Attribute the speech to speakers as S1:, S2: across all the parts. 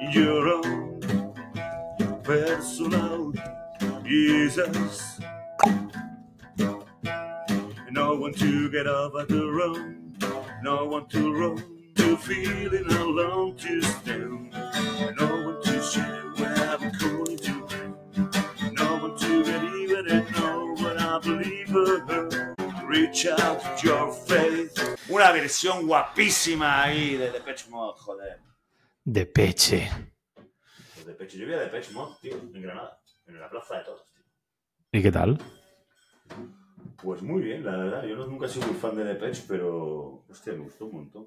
S1: your own personal Jesus. No one to get over the wrong, no one to roam, to feeling alone, to stand, no one to share where I'm calling to, no one to believe it and no one I believe her. Reach out your faith. Una versión guapísima ahí de Depeche Mode, joder.
S2: De peche.
S1: Los Pues de Pecho, yo vi a de Pecho Mod, tío, en Granada, en la plaza de todos, tío.
S2: ¿Y qué tal?
S1: Pues muy bien, la verdad. Yo no- nunca he sido muy fan de Depeche, pero. Hostia, me gustó un montón.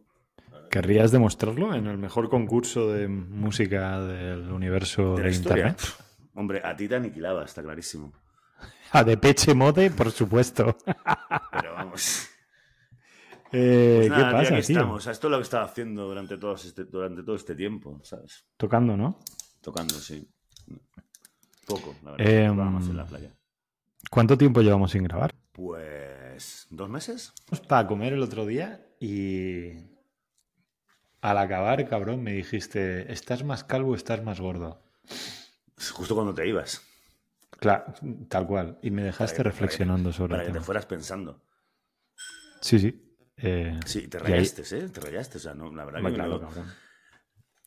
S2: ¿Querrías demostrarlo en el mejor concurso de música del universo de,
S1: la historia. ¿eh?
S2: internet?
S1: Hombre, a ti te aniquilaba, está clarísimo.
S2: A Ah, de peche mode, por supuesto.
S1: Pues Pero vamos.
S2: Eh,
S1: Pues nada,
S2: ¿Qué
S1: tío,
S2: pasa,
S1: aquí
S2: tío?
S1: estamos. O sea, esto es lo que estaba haciendo durante todo este, durante todo este tiempo, ¿sabes?
S2: Tocando, ¿no?
S1: Tocando, sí. Poco, la
S2: Eh,
S1: verdad. Tocaba más en la playa.
S2: ¿Cuánto tiempo llevamos sin grabar?
S1: Pues. ¿Dos meses?
S2: Fuimos para comer el otro día y al acabar, cabrón, me dijiste, ¿estás más calvo o estás más gordo?
S1: Justo cuando te ibas.
S2: Claro, tal cual. Y me dejaste
S1: Para que-
S2: reflexionando sobre
S1: Para
S2: el
S1: que te
S2: tema.
S1: fueras pensando.
S2: Sí, sí. Eh,
S1: Sí, te
S2: Y ahí-
S1: rayaste, ¿eh? Te rayaste. O sea, no, la verdad
S2: hombre,
S1: que
S2: claro,
S1: no-
S2: cabrón.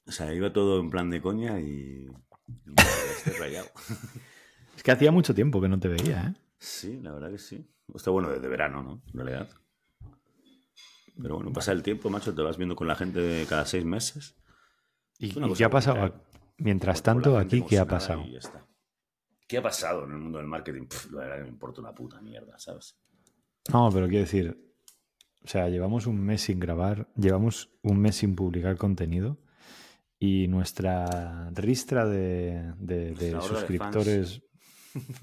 S1: O sea, iba todo en plan de coña y. y me rayaste rayado.
S2: Es que hacía mucho tiempo que no te veía, ¿eh?
S1: Sí, la verdad que sí. Está bueno desde verano, ¿no? En realidad. Pero bueno, pasa el tiempo, macho, te vas viendo con la gente de cada seis meses. Es
S2: ¿Y,
S1: una
S2: y
S1: cosa
S2: qué ha pasado?
S1: bonita,
S2: ac- Mientras
S1: Con- con la
S2: tanto,
S1: gente
S2: aquí,
S1: como
S2: ¿qué
S1: si
S2: ha
S1: nada
S2: pasado?
S1: y ya está. ¿Qué ha pasado en el mundo del marketing? Pff, la verdad que me importa una puta mierda, ¿sabes?
S2: No, pero quiero decir, o sea, llevamos un mes sin grabar, llevamos un mes sin publicar contenido y nuestra ristra de, de- de
S1: Nuestra horda de
S2: suscriptores,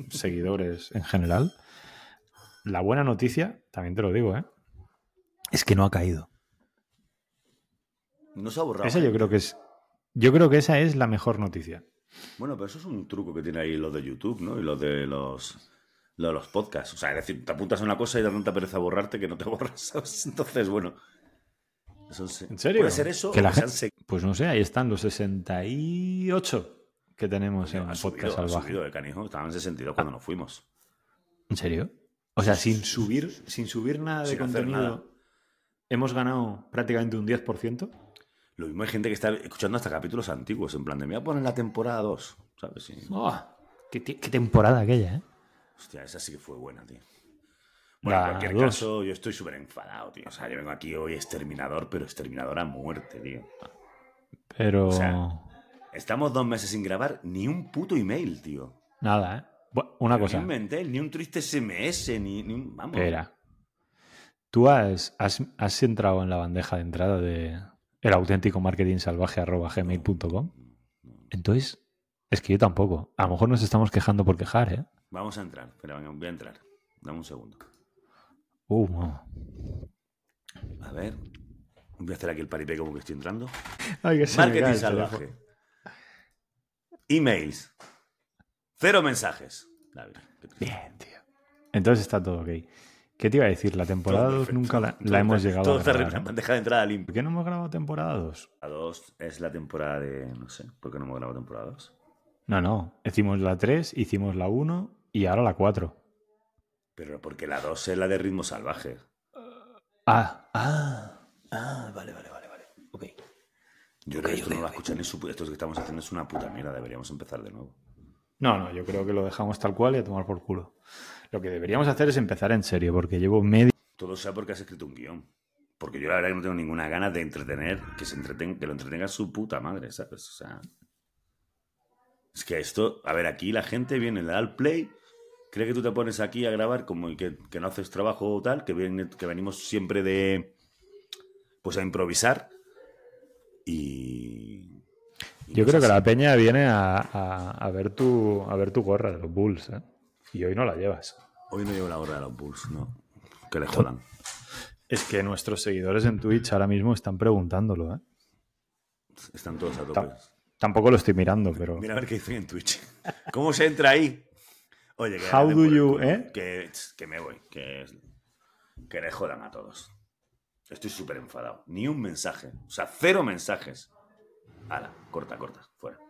S2: seguidores en general, la buena noticia, también te lo digo, ¿eh? es que no ha caído.
S1: No se ha borrado.
S2: Esa yo creo que es, yo creo que esa es la mejor noticia.
S1: Bueno, pero eso es un truco que tiene ahí los de YouTube, ¿no? Y los de los, lo de los podcasts. O sea, es decir, te apuntas a una cosa y da tanta pereza borrarte que no te borras, ¿sabes? Entonces, bueno. eso sí.
S2: ¿En serio?
S1: Puede ser eso.
S2: Que
S1: o
S2: la
S1: se han
S2: gente- Pues no sé, ahí están los 68 que tenemos en
S1: seguido. Ha
S2: Podcast
S1: subido, ha
S2: Salvaje.
S1: subido de canijo. Estaban en ese sentido cuando nos fuimos.
S2: ¿En serio? O sea, sin subir, sin subir nada de
S1: Sin hacer
S2: contenido,
S1: nada.
S2: hemos ganado prácticamente un 10%.
S1: Lo mismo hay gente que está escuchando hasta capítulos antiguos, en plan de, me voy a poner la temporada 2, ¿sabes? Sí.
S2: ¡Oh! ¿Qué, te- qué temporada aquella, ¿eh?
S1: Hostia, esa sí que fue buena, tío. Bueno,
S2: La
S1: en cualquier
S2: dos.
S1: caso, yo estoy súper enfadado, tío. O sea, yo vengo aquí hoy exterminador, pero exterminador a muerte, tío.
S2: Pero
S1: O sea, Estamos dos meses sin grabar ni un puto email, tío.
S2: nada, ¿eh? Bu- una
S1: Ni
S2: cosa,
S1: un mentel, ni un triste SMS, ni, ni un... Vamos.
S2: espera. Tú has, has, has entrado en la bandeja de entrada de el auténtico marketing salvaje Entonces, es que yo tampoco. A lo mejor nos estamos quejando por quejar, ¿eh?
S1: Vamos a entrar. Espera, venga, voy a entrar. Dame un segundo.
S2: Uh, no.
S1: A ver. Voy a hacer aquí el paripé como que estoy entrando.
S2: Ay, que se me cae
S1: Marketing
S2: el teléfono.
S1: salvaje. Emails. Cero mensajes. La verdad, qué triste.
S2: Bien, tío. Entonces está todo ok. ¿Qué te iba a decir? La temporada
S1: Todo
S2: 2
S1: perfecto.
S2: nunca la, la
S1: Todo
S2: hemos
S1: está-
S2: llegado
S1: todo
S2: a
S1: está
S2: grabar.
S1: en la
S2: ¿eh?
S1: bandeja de entrada limpia.
S2: ¿Por qué no hemos grabado temporada 2?
S1: La 2 es la temporada de. No sé. ¿Por qué no hemos grabado temporada 2?
S2: No, no. Hicimos la 3, hicimos la 1 y ahora la 4.
S1: Pero porque la 2 es la de ritmo salvaje.
S2: Ah, ah, ah, vale, vale, vale, vale. Ok.
S1: Yo creo que esto no lo escuchan ni su... Esto que estamos haciendo es una puta mierda. Deberíamos empezar de nuevo.
S2: No, no, yo creo que lo dejamos tal cual y a tomar por culo. Lo que deberíamos hacer es empezar en serio, porque llevo medio.
S1: Todo sea porque has escrito un guión. Porque yo la verdad que no tengo ninguna gana de entretener, que se entreten, que lo entretenga su puta madre, ¿sabes? O sea. Es que esto, a ver, aquí la gente viene, le da al play, cree que tú te pones aquí a grabar como que, que no haces trabajo o tal, que, viene, que venimos siempre de. Pues a improvisar. Y. y no
S2: Yo
S1: es
S2: creo que
S1: así.
S2: la peña viene a, a- a ver, tu, a ver tu gorra de los Bulls, ¿eh? Y hoy no la llevas.
S1: Hoy no llevo la hora de los Bulls, no. Que le jodan.
S2: Es que nuestros seguidores en Twitch ahora mismo están preguntándolo, ¿eh?
S1: Están todos a tope.
S2: Tampoco lo estoy mirando, pero.
S1: Mira a ver qué hice en Twitch. ¿Cómo se entra ahí? Oye, que, dale
S2: How do
S1: por el
S2: you,
S1: culo,
S2: eh?
S1: que, que me voy, que, que le jodan a todos. Estoy súper enfadado. Ni un mensaje. O sea, cero mensajes. Ala, corta, corta, fuera.